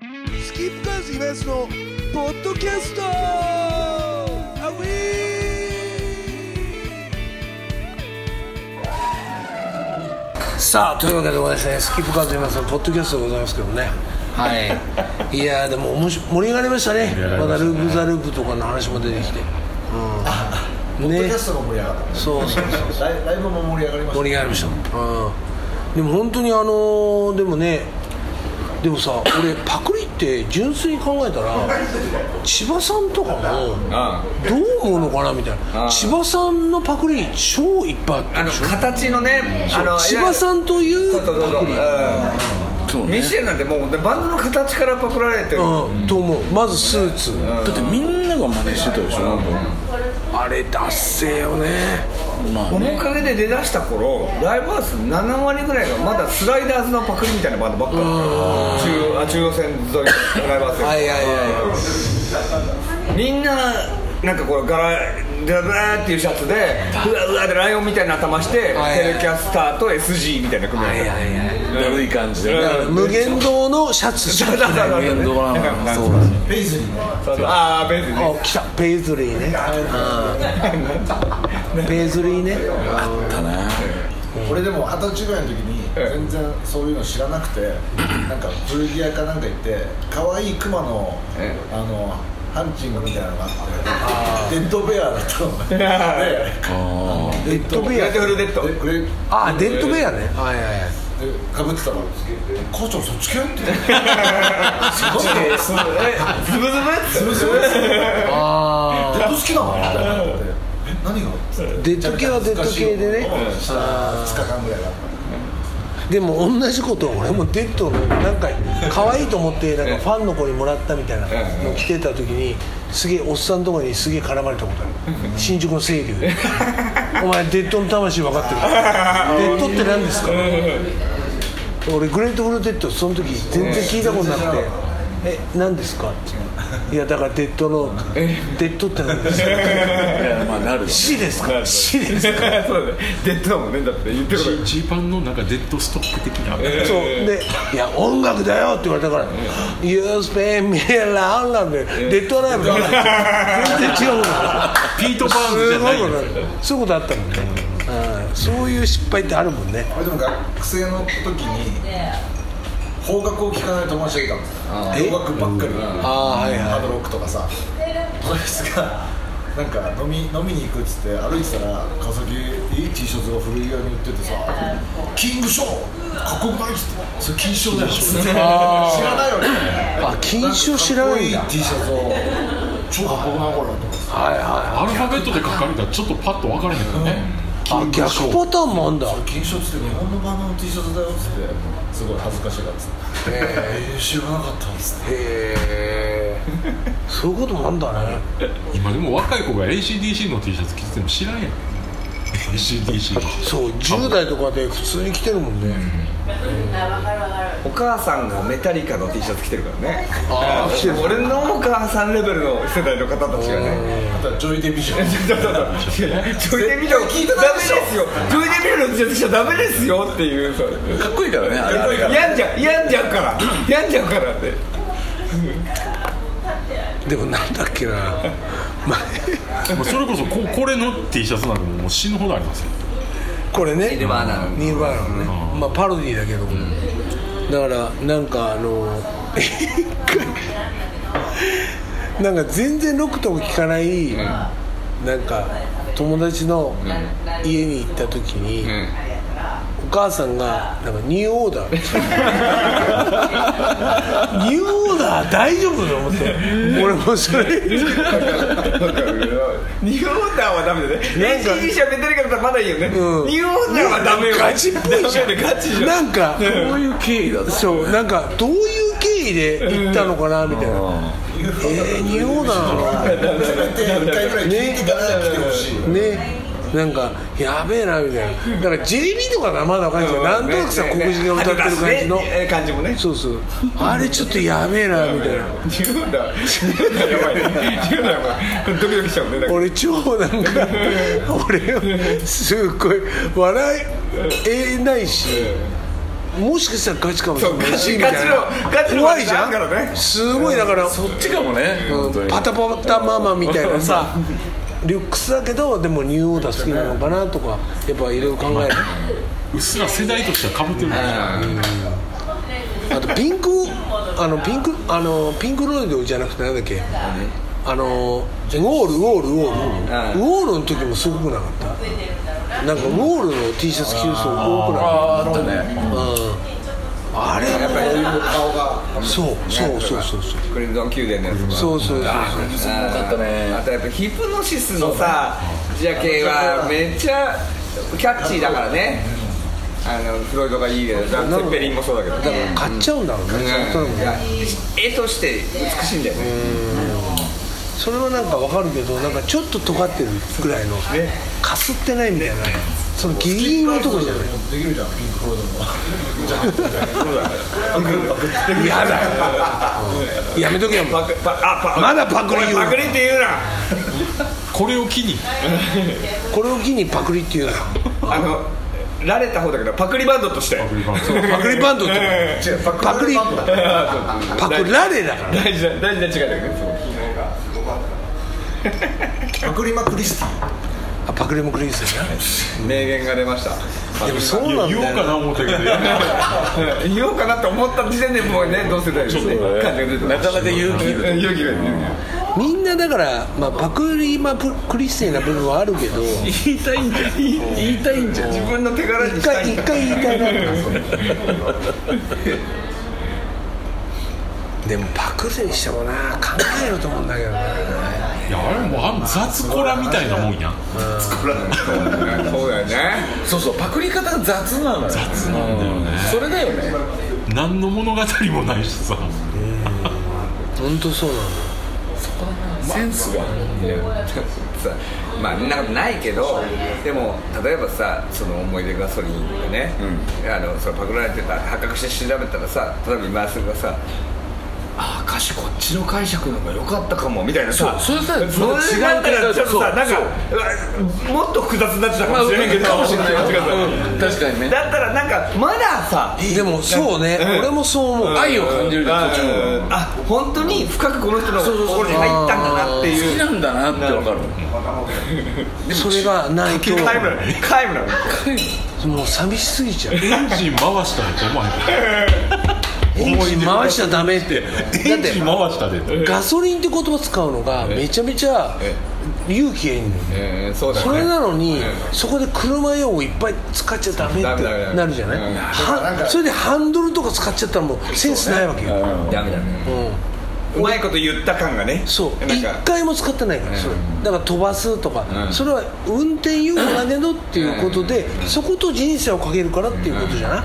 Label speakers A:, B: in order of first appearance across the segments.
A: キープカーズイベントのポッドキャストアウさあというわけでございましてねスキップカーズイベントのポッドキャストでございますけどねはいいやーでもおもし盛り上がりましたねまだループ・ザ・ループとかの話も出てきてうん
B: ポッ
A: ね
B: ドキャストが盛り上がったね
A: そうそうそう
B: ライライブも盛り上がりました
A: 盛り上がりました、うん、でも本当にあのーでもねでもさ俺パクリって純粋に考えたら千葉さんとかも
C: あ
A: どう思うのかなみたいな
C: あ
A: 千葉さんのパクリ超いっぱいあった
C: あの
A: でしょ
C: 形のねあの
A: 千葉
C: ん
A: さんという
C: そうそうそうそううんミシェルなんてもうバンドの形からパクられてる
A: うん、と思うまずスーツ、
D: だってみんなが真似してたでしょ、
A: あれダッセーよね
D: まあ
C: こ
D: ね
C: のおかげで出だした頃ライブハウス7割ぐらいがまだスライダーズのパクリみたいなバンドばっかり中央あ中央線沿いのライブハウス
A: はいはいはいはい
C: みんななんかこう柄ブラブラーっていうシャツでうわうわでライオンみたいな頭して
A: はい
C: テレキャスターと SG みたいな組み合わせ
A: はいはいはい
D: だるい感じでね
C: うん
A: だから無限堂のシャツしか着てない
C: 無
D: 限堂なの
C: なんか
D: そ
B: ベイズリーね
C: そうそうああベンズね
A: あ来たペイズリーねうんペイズリーね
D: だね
B: 俺でも二十歳ぐらいの時に全然そういうの知らなくてなんか古着屋かなんか行って可愛いクマの
C: え
B: あのハンチングみたいなのがあってデッドベアだった ので
A: レッドベ
C: ラ
A: ア
C: イトフルデッド
B: でこれ
A: あデッドベアねはいはいはい
B: かぶってたの「母ちゃんそっち系?」って
C: ズブズブ
B: 「それそれそれ
A: あ
B: デッド好きなの?」みたいなえ何が?」
A: あデッド系はデッド系でね
B: 2日間ぐらいだっ
A: でも同じことを俺もデッドのなんか可愛いと思ってなんかファンの子にもらったみたいなの着てた時にすげえおっさんとかにすげえ絡まれたことある新宿の清流でお前デッドの魂分かってるデッドって何ですか俺グレートフルデッドその時全然聞いたことなくて「え何ですか?」って「いやだからデッドのデッドって何ですか?」
D: いやまあなるよね
A: 死ですか死です
C: そうだねデッドだもんねだって言ってること
E: ジーパンのなんかデッドストック的な、
A: そうで「いや音楽だよ」って言われたから「You spin me around」なんで「デッドアライブ」全然違うの
E: ピート・バーンズじ
A: す
E: ゃ
A: ご
E: ないい
A: こ
E: よ
A: とあるそういうことあったもんねうんそういう失敗ってあるもんね
B: た俺でも学生の時に邦楽を聴かない友達がいたんですよ洋楽ばっかり
A: ああーはい
B: ハー
A: は
B: ドロックとかさそいつがなんか飲み飲みに行くっつって歩いてたら川崎いい T シャツが古着屋に売っててさ「キングショーかっこよくない?」っつって「それ金賞だよ」知らないよね
A: あ金賞知らないんだ
B: かっこいい T シャツを超かっこよくないこれと思って
A: いはいは
E: アルファベットで書かれたらちょっとパッと分からへんけどね、
A: いあ逆パターンもあんだ
B: 金賞っつって日本のバンドの T シャツだよっつってすごい恥ずかしがっつってええー、知らなかったんですね
A: へえそういうこともあんだね
E: 今でも若い子が ACDC の T シャツ着てても知らんやん ACDC が
A: そう10代とかで普通に来てるもんね
C: お母さんがメタリカの T シャツ着てるからね
A: あー来てる
C: 俺のお母さんレベルの世代の方たちがね
B: あとはジョイデビジョン
C: ちょっとちょっとちょいで見ろ
B: 聞いて
C: ダ
B: ない
C: メ
B: で
C: で
B: しょ
C: すよちょいで見ろの T シャツ着ちゃダメですよっていうそう
D: かっこいいからねあれあれが
C: 病んじゃ病んじゃうから病んじゃうからって
A: でもなんだっけな前
E: まあそれこそここれの T シャツなんかももう死ぬほどありますよ
A: これねニル
C: バーナの
A: ニルバーナのね、まあパロディーだけど、だからなんかあの なんか全然ロックとか聞かない、なんか友達の家に行った時に、お母さんがなんかニューオーダー ニューオーダー大丈夫と思って俺もそれ
C: ニューオーダーはダメだね
A: なんか
C: ACDC はメタリカだったらまだいいよねニ
A: うん
C: ューオーダーはダメよ
A: ガチっぽいじゃん
C: ダメだガチじゃん
A: なんか
D: こういう経緯だった
A: そうなんかどういう経緯で行ったのかなみたいなえー、ニューオーダーなの
B: せめて1回ぐらい聞いてから来てほしい
A: ねなんかやべえなみたいなだから JB とかならまだわかんないけどなんとなくさ黒人が歌ってる感じの
C: ねね感じもね
A: そうそうあれちょっとやべえなみたいな
C: 自分だ自分だやばいね自分だやばいこれドキドキしちゃうねだから
A: 俺超なんか俺すっごい笑えないしもしかしたらガチかもしれない
D: チ
C: ガチのガチの
A: 怖いじゃん
C: だからね
A: すごいだから
D: そっちかもね本当に
A: パタパタママみたいなさ リュックスだけどでもニューオーダー好きなのかなとかやっぱいろいろ考える
E: うっすら世代としてはかぶってるからね
A: あとピンクあのピンクあのピンクロイドじゃなくてなんだっけあのウォールウォールウォールウォールの時もすごくなかったなんかウォールの T シャツ着る人多くなかっ
D: ああったね
A: たうんあれ
C: やっぱりそういう
B: 顔が
A: そうそうそうそうそう
C: クリムゾン宮殿のやつとか
A: そうそうそうそう
C: あ
D: かったね
C: あとやっぱヒプノシスのさジャケはめっちゃキャッチーだからねあのフロイドがいいけどゼッペリンもそうだけど
A: だから買っちゃうんだろうね、その人
C: い
A: の
C: や絵として美しいんだよね
A: それはなんかわかるけどなんかちょっと尖ってるぐらいのかすってないみたいなそのギリギリのとこじゃない
B: できるじゃんピンクフロイドも
A: やだよやめとけよもう
C: パクパあパ
A: まだパクリ言う
C: お前パクリって言うな
E: これを機に
A: これを機にパクリっていうな
C: あのられた方だけどパクリバンドとして
A: パクリバンドって
B: 違う
A: パクリ
B: パク
A: パクられだから
C: 大事な大事な違いだよねそう
B: パクリマクリスティ
A: あパクリもクリスだな
C: 名言が出ました
A: でもそうなんだ
E: 言おう
A: よ
E: か
A: な
E: な思ったけどやめた
C: 言おうかなって思った時点でもうね同世代ですね感じが出て
D: なかなか勇気い
C: 勇
D: る
C: 気が出てる
A: みんなだから、まあ、パクリマプクリスティな部分はあるけど
C: 言いたいんじゃん言いたいんじゃん自分の手柄に
A: 一
C: したい
A: 回
C: ん
A: 一
C: だ
A: 回言いたいなでもパクリにしてもな考えると思うんだけどない
E: やあれもうあん雑コラみたいなもんやん
C: そうだよね
D: そうそうパクリ方が雑なのよ雑なんだよねそれだよね
E: 何の物語もないしさ
A: 本当そうなの
D: センスが
C: いやさまあみんなことないけどでも例えばさその思い出ガソリンでね、あのそのパクられてた発覚して調べたらさ例えば今すぐがさああ歌詞こっちの解釈の方が良かったかもみたいなさ
D: そうそれさ
C: それだったらちょっとさなんかうわもっと複雑になってたかもしれないけど、
D: かもしれない確かにね
C: だったらなんかまださ
A: でもそうね俺もそう思う
D: 愛を感じるじゃんそっちの方が
C: あ本当に深くこの人の心に入ったんだなって
D: 好
C: い
D: き
C: う
D: なんだなってわかる
A: それがないと
C: タイムなのタイムなの
A: もう寂しすぎちゃう
E: エンジン回したでってお前
A: エンジン回しちゃダメってだ
E: エ
A: っ
E: ンジン
A: て
E: 回したでって
A: ガソリンって言葉使うのがめちゃめちゃ勇気がいるのよ
C: えーそうだ
A: それなのに
C: え
A: そこで車用語いっぱい使っちゃダメって
C: ダメダメダメ
A: なるじゃない
C: うん
B: なん
A: は
B: か
A: それでハンドルとか使っちゃったらもうセンスないわけよ
C: ーダメだねうまいこと言った感がね
A: そう
C: なん
A: 一
C: か
A: 回も使ってないからそれだから飛ばすとかそれは運転用語だけどっていうことでそこと人生をかけるからっていうことじゃない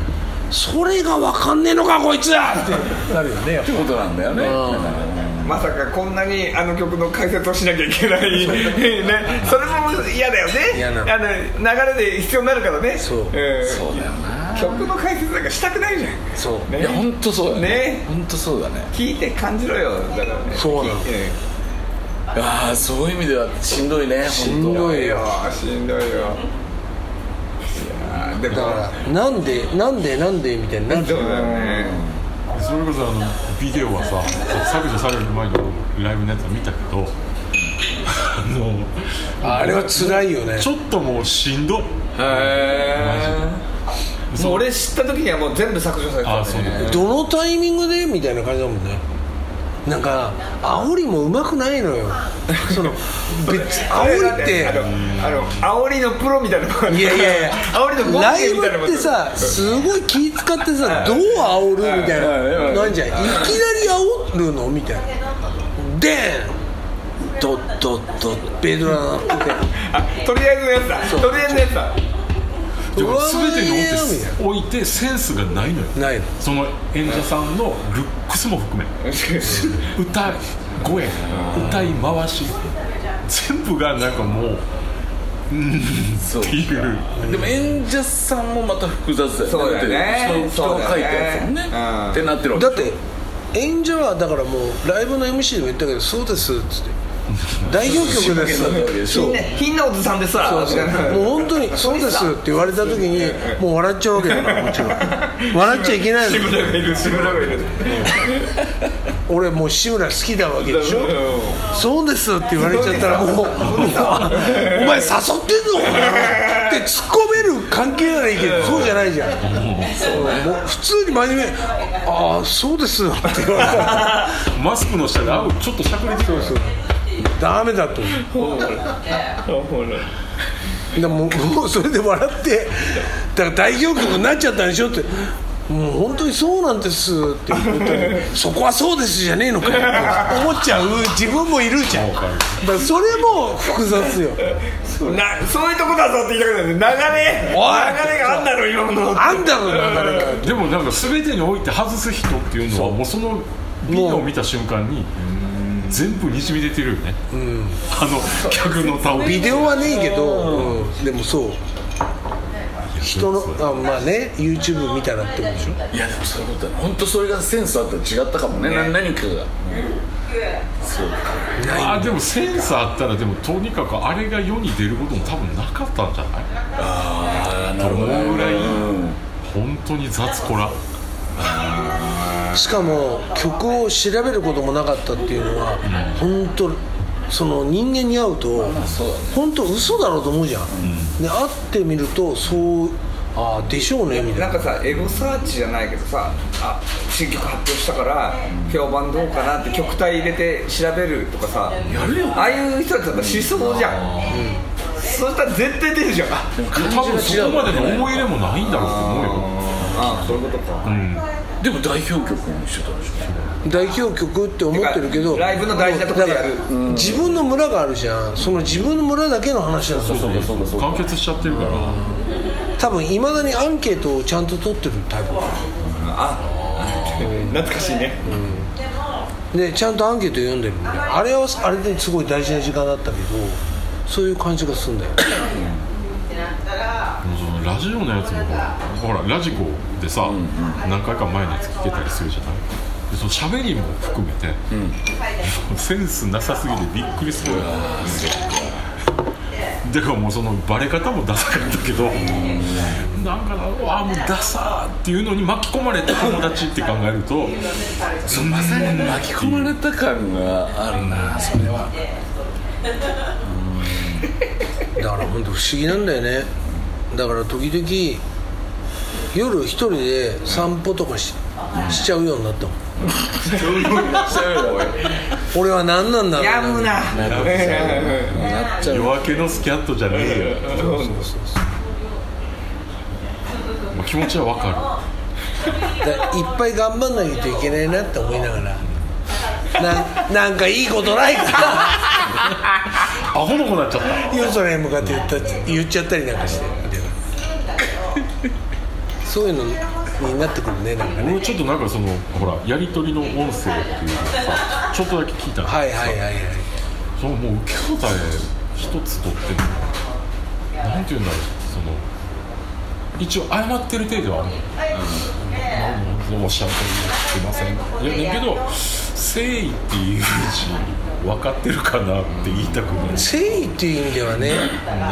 A: それが分かんねえのかこいつはってなるよね やっぱ
D: ってことなんだよね
C: まさかこんなにあの曲の解説をしなきゃいけない ねそれも嫌だよ
A: 嫌な
C: ね
A: の
C: あの流れで必要になるからね
A: そうん
D: そうだよな
C: 曲の解説なんかしたくないじゃん
A: そう
C: ね
D: いや本当そうだ
C: ね
D: ね本当そうだね
C: 聞いて感じろよだからね
A: そうなの
C: 聞い
D: ああそういう意味ではしんどいねし
A: しんど
C: て
A: い
C: いい
A: よ
C: よしんどいよいやーでも
A: だからなんでなんでなんでみたいになる
C: そうだよね
E: それこそあのビデオはさ削除される前のライブのやつは見たけどあの
A: あれは辛いよね
E: ちょっともうしんどい
C: へえもう俺知った時にはもう全部削除されてた
E: あそうだ
A: どのタイミングでみたいな感じだもんねなんか煽りもうまくないのよそ の別に煽りって
C: あのあの煽りのプロみたいなのが
A: いやいやいや
C: 煽りのボ
A: ラ
C: ケ
A: イ
C: みたいな
A: ブっ
C: のが
A: てさすごい気使ってさどう煽るみたいななんじゃんいきなり煽るのみたいなでンドッドッドッベドラ鳴ってて
C: あとりあえずのやつだとりあえずのやつだ
E: でも全てに
A: うわーみたい
E: おいておいてセンスがないのよ
A: なないの
E: その演者さんのルックスも含め歌い声歌い回し全部がなんかもう
D: そう
E: っていう
D: でも演者さんもまた複雑だよね
C: そうだよね
D: だって人
C: そう
D: 人
C: だよね
D: が書いたやつもね
C: うん
D: ってなってるわけ
A: だって演者はだからもうライブの MC でも言ったけど「そうです」っつって「代表曲です
C: ひんなひんなおじさんでさ
A: そうそうもう本当に「そうです」って言われた時にもう笑っちゃうわけだからもちろん笑っちゃいけないの
C: がいる志村がいる
A: 俺もう志村好きだわけでしょそうですって言われちゃったらもうお前誘ってんのって突っ込める関係ならいいけどそうじゃないじゃんもう普通に真面目「ああそうです」って言われたら
E: マスクの下で顎ちょっとしゃくれてるから
A: ダメだと思うだからもうもうそれで笑ってだから代表曲になっちゃったんでしょってもう本当にそうなんですって言ったらそこはそうですじゃねえのかよって思っちゃう自分もいるじゃんだからそれも複雑よ
C: なそういうとこだぞって言いたくない流れ流れがあんだろ今の
A: あんだろ流れが
E: でもなんか全てにおいて外す人っていうのはもうそのビデオを見た瞬間に全部にじみ出てるよね、あの客の倒
A: ビ
E: れ
A: デオはねえけど、うんでもそう人のあまあね YouTube 見たらってことでしょ
D: いやでもそういうことだ本当それがセンスあったら違ったかもねな何かが
E: あでもセンスあったらでもとにかくあれが世に出ることも多分なかったんじゃない
D: あなるほど
E: 思うぐらい
D: うん
E: 本当に雑コラ
A: しかも曲を調べることもなかったっていうのは本当その人間に会うと本当嘘だろうと思うじゃん、で会ってみるとそうああでしょうねみた
C: ないん
A: な
C: かさエゴサーチじゃないけどさあ新曲発表したから評判どうかなって曲体入れて調べるとかさやるよああいう人たちだったら思想じゃん、そしたら絶対出るじゃんあ
E: 多分そこまでの思い入れもないんだろうと思うよ
C: あそういうことか、
D: でも代表曲にしてたでしょ
A: 代表曲って思ってるけど
C: てかライブの大事なとこでやる
A: だから自分の村があるじゃんその自分の村だけの話なんだよ
D: そうかそう
E: 完結しちゃってるから
A: 多分いまだにアンケートをちゃんと取ってるタイプ
C: 懐かしいね
A: でちゃんとアンケート読んでるんであれはあれですごい大事な時間だったけどそういう感じがするんだよ
E: うんラジオのやつもほらほらラジコでさ、何回か前のやつ聞けたりするじゃないでその喋りも含めて、センスなさすぎてびっくりするよだからもうそのバレ方もダサかったけど、なんかなうわあもうダサーっていうのに巻き込まれた友達って考えると
D: そうまさに巻き込まれた感があるなそれは
A: だから本当不思議なんだよねだから時々夜一人で散歩とかししちゃうようになったもん俺は何なんだろう
C: やむな
D: なっちゃう
E: 夜明けのスキャットじゃないよまあ気持ちはわか
A: だからいっぱい頑張んないといけないなって思いながらななんかいいことないか
E: るアホの子になっちゃった
A: なよそらへ向かって言った言っちゃったりなんかしてそういうのになってくるねなんかね
E: 俺ちょっとなんかそのほらやり取りの音声っていうのをさちょっとだけ聞いたの
A: はいはいはいはい
E: そのもう受け答え一つ取ってもなんて言うんだろうその一応謝ってる程度はあるのよ、うん、もうおっしゃる通りですいませんいやだけど誠意っていう字分かってるかなって言いたくない
A: 誠意っていう意味ではね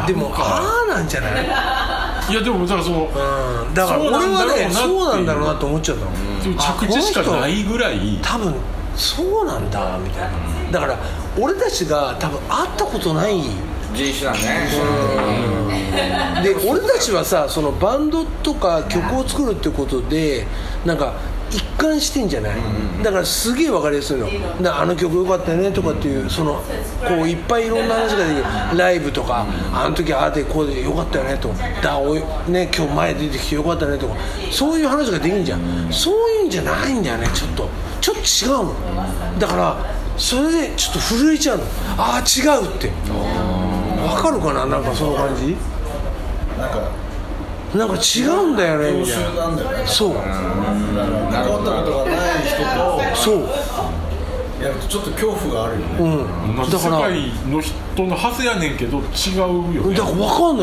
A: でもああなんじゃない
E: いやでもだからその、
A: うんだから俺はね
E: そ
A: そうう
E: な
A: なんん
E: だ
A: だ
E: ろ
A: ろ
E: う
A: うな
E: なって
A: と思っちゃったの
E: そういう着地しかないぐらい
A: 多分そうなんだみたいなだから俺たちが多分会ったことない
C: 人種だね
A: で俺たちはさそのバンドとか曲を作るってことでなんか一貫してんじゃない、だからすげえ分かりやすいのだからあの曲良かったよねとかっていうそのこういっぱいいろんな話ができるライブとか、あの時ああでこうでよかったよねとだおいね今日前出てきてよかったねとかそういう話ができるじゃん、そういうんじゃないんだよねちょっとちょっと違うのだからそれでちょっと震えちゃうのああ違うって分かるかななんかその感じ
B: なんか
A: なんか違うんだよね
B: 報
A: みたい
B: 酬なんだよね
A: なそう
B: 関わったことがない人と
A: そう
B: やるとちょっと恐怖があるよね、
E: 同じ
A: だ
E: 世
A: から
E: 界の人のはずやねんけど違うよね
A: だから分かんないの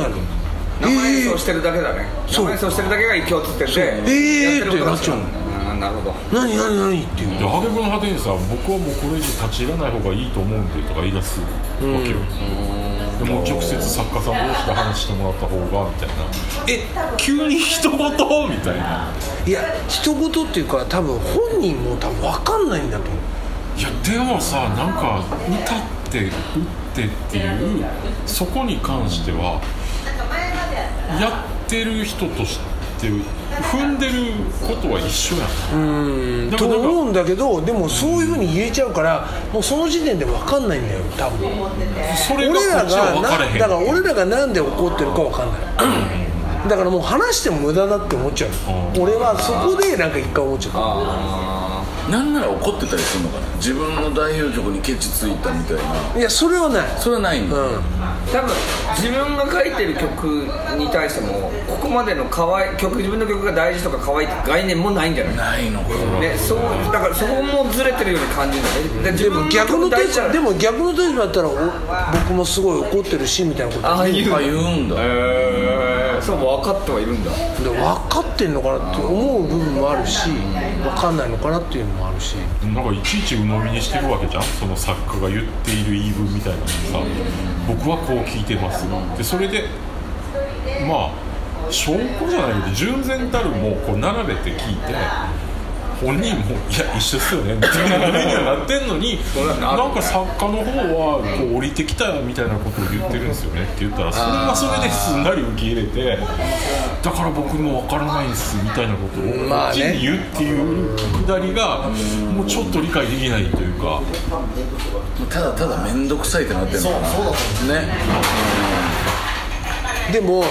C: 名前演
A: え
C: 奏してるだけだね
A: そう
C: 名前演奏してるだけが共通点で
A: えー
C: やってること
A: っ
C: が
A: てなっちゃうの
C: うんあなるほど
A: 何何何っていう
E: で挙句の果てにさ僕はもうこれ以上立ち入らない方がいいと思うんでとか言い出すわけよ、でもう直接作家さん同士で話してもらった方がみたいなえ急に一言みたいない
A: や一言っていうか多分本人も多分分かんないんだと思う
E: いやでもさなんか歌って打ってっていうそこに関してはやってる人として踏んでることは一緒やんだ
A: と
E: からなんか
A: 思うんだけどでもそういうふうに言えちゃうからもうその時点で分かんないんだよ多分
E: それがこ
A: 俺ら
E: っちは
A: が
E: 分かれ
A: な
E: へん
A: だから俺らがなんで怒ってるか分かん ないだからもう話しても無駄だって思っちゃう
E: うん
A: 俺はそこでなんか一回思っちゃった
D: なんなら怒ってたりするのかな自分の代表曲にケチついたみたいない
A: やそれはない
D: それはないんだ、
A: うん
C: 多分自分が書いてる曲に対してもここまでの可愛い曲自分の曲が大事とか可愛いって概念もないんじゃない
D: ないのか
C: ね、そうだからそこもずれてるように感じるんだよね
A: でも逆の
C: 大事
A: 立
C: じゃ
A: 場
C: ない
A: でも逆の立場だったらお僕もすごい怒ってるしみたいなこと
C: ああいう
D: あ言うんだ、
C: えー、そうもう分かってはいるんだ
A: で分かってんのかなって思う部分もあるし分かんないのかなっていうのもあるし
E: なんかいちいち鵜呑みにしてるわけじゃんその作家が言っている言い分みたいなのにさ僕はこう聞いてますでそれでまあ証拠じゃないけど純然たるもうこう並べて聞いて本人も「いや一緒っすよね」みたいな風にはなってんのになんか作家の方はこう降りてきたみたいなことを言ってるんですよねって言ったらそれはそれですんなり受け入れてだから僕も分からないんですみたいなことをこ
A: まあ
E: っち
A: ね
E: に言うっていうくだりがもうちょっと理解できないというか
D: ただただ面倒くさいってなってるのかな
B: そうそうだ
D: ね
A: でも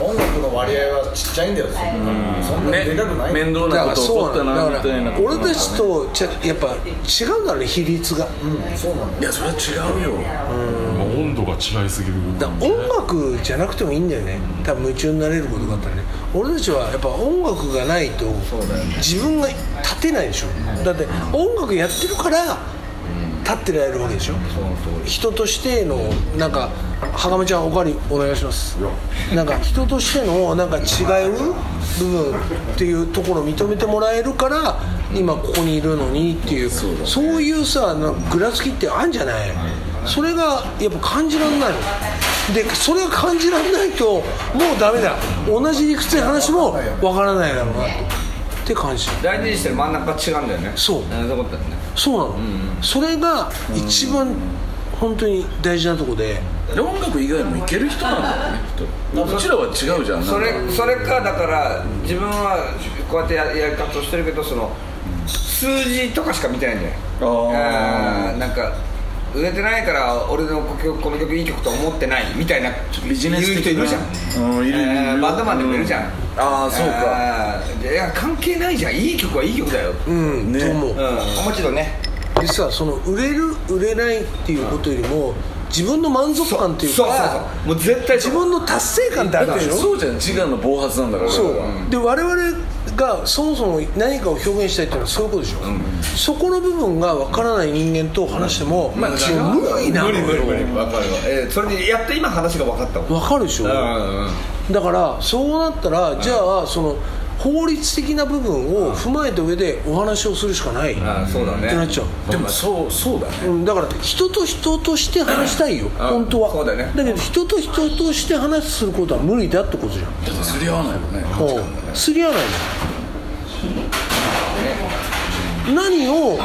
B: 音楽の割合はちっちゃいんだよそんな
D: ね
B: でかくない
D: 面倒
A: だから
D: なこと起
A: そ
D: こっ
A: う
D: た
A: なのだ
D: なみ
A: か
D: たいな
A: ら
D: こと
A: 俺たちとちゃやっぱ違うんだろうね比率が
B: そうなの
D: いやそれは違うよ
E: まあ温度が違いすぎる部分
A: だから音楽じゃなくてもいいんだよね多分夢中になれることがあったらね俺たちはやっぱ音楽がないと自分が立てないでしょだって音楽やってるから立ってられるわけでしょ人としてのなんか袴ちゃんおかわりお願いしますなんか人としてのなんか違う部分っていうところを認めてもらえるから今ここにいるのにっていうそう,、いうさなんかぐらつきってあるんじゃない、それがやっぱ感じらんないのでそれが感じられないともうダメだ同じ理屈で話もわからないだろうなって感じ
C: 大事にしてる真ん中が違うんだよね
A: そう
C: あそういうことだよね
A: そうなの、それが一番本当に大事なとこで、
D: で音楽以外もいける人なんだよねきっとうちらは違うじゃん
C: そ
D: な
C: れ
D: んか
C: それかだから自分はこうやってややり方をしてるけどその数字とかしか見てないんじゃないあーなんか売れてないから俺のこの曲この曲いい曲と思ってないみたいな
D: ビジネス
C: 言う
D: 的
C: 人いるじゃん
D: なうんいるいるいる
C: えーバンドマンでもいるじゃん、
D: うんああそうか
C: あーいや関係ないじゃんいい曲はいい曲だよ、うん
A: うん
D: ね
A: と思う、
C: もちろんね
A: でさその売れる売れないっていうことよりも自分の満足感っていう
C: そうそう
A: か
C: そうもう絶対
A: 自分の達成感ってある
D: だっ
A: で
D: て
A: しょ
D: そうじゃん自我の暴発なんだから
A: そう
D: 俺らは
A: で我々がそもそも何かを表現したいっていうのはそういうことでしょ、そこの部分がわからない人間と話しても、まあ、無理なのよ
C: わかるわ、えーそれでやっと今話が分かったもん
A: わかるでしょ
C: うんうん
A: だからそうなったらじゃあその法律的な部分を踏まえた上でお話をするしかないって
C: あーそうだね
A: なっちゃう
D: でもそうそうだね
A: うん、だから人と人として話したいよ本当は
C: そうだね
A: けど人と人として話することは無理だってことじゃん
D: だって釣り合わないもんね
A: もうすり合わないの何を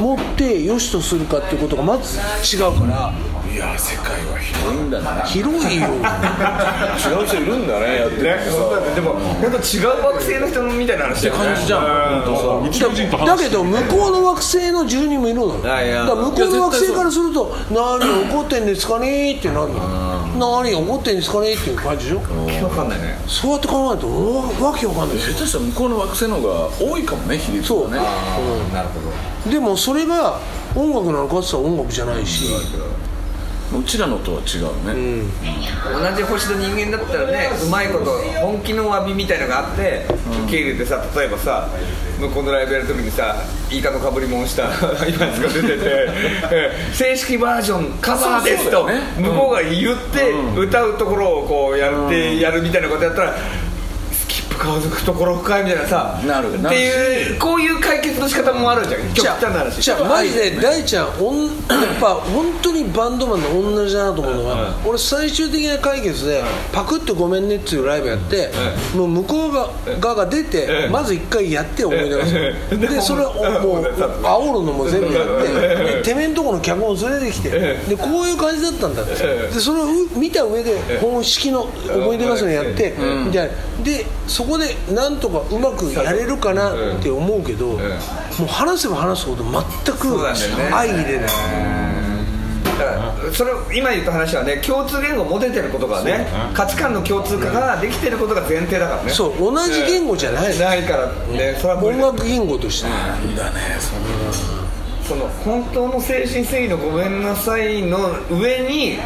A: 持って良しとするかっていうことがまず違うから
D: いや世界は広いんだな
A: 広いよ
D: 違う人いるんだねやってる
C: そうだねでも本当違う惑星の人みたいな話だよね
D: 感じじゃん本当
E: 宇宙人と
A: だけ
E: 話して
A: ど向こうの惑星の住人もいるのよだ
C: やいや
A: から向こうの惑星からすると「何怒ってんですかね?」ってなるの何怒ってんですかねっていう感じでしょ
C: 分かんないね
A: そうやって考えるとおわけわかんないですよ
D: 下手したら向こうの惑星の方が多いかもね比率
A: そう
D: がね
C: なるほど
A: でもそれが音楽なのかって言ったら音楽じゃないし
D: うちらのとは違うね
C: 同じ星の人間だったらねうまいこと本気の詫びみたいのがあって受け入れてさ例えばさ向こうのライブやるときにさイカのかぶりもんした 今つが出ててええ正式バージョンカバーですと
D: そうだよね
C: 向こうが言って歌うところをこうやってやるみたいなことやったらスキップ家族ところ深いみたいなさ
D: なる
C: っていうこういう解決の仕方もあるじゃん極端な話
A: じゃあマジで大ちゃんおん やっぱ本当にバンドマンと同じだなと思うのは、俺最終的な解決で、パクってごめんねっていうライブやって、もう向こうが側が出て、まず一回やって思い出す、でそれをもう煽るのも全部やって、でてめえんとこの脚本連れてきて、でこういう感じだったんだって、でそれを見た上で本式の思い出ますのやって、みたいなでそこでなんとかうまくやれるかなって思うけど、もう話せば話すほど全く
C: そうなんだよね
A: 相入れない、
C: だからそれを今言った話はね共通言語持ててることがね価値観の共通化ができてることが前提だからね
A: そう同じ言語じゃない、
C: ないからねそれは無理
A: 音
C: だ
A: 楽言語として、
C: その本当の精神正義のごめんなさいの上にいやいや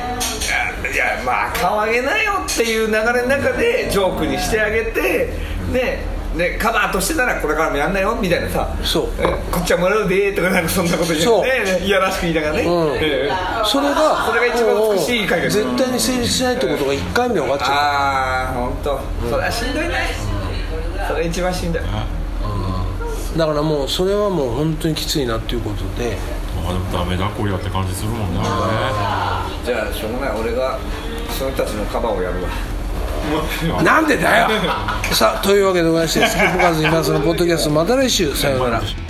C: まあ顔上げなよっていう流れの中でジョークにしてあげてででカバーとしてならこれからもやんなよみたいなさ
A: そう
C: えこっちはもらうでとかなんかそんなこと言
A: そう
C: って、ね、いやらしく言いながらね、
A: うん
C: ええ
A: それが
C: それが一番美しい解決
A: 絶対に成立しないってことが1回目で分かっちゃう
C: ああ本当、それはしんどいねそれ一番しんどい
A: だからもうそれはもう本当にきついなっていうことで
E: あでもダメだこりゃって感じするもんねあ
C: じゃあしょうがない俺がその人たちのカバーをやるわ
A: なんでだよさあというわけでございましてスキップカーズ今そのポッドキャストまた来週さようなら
E: れね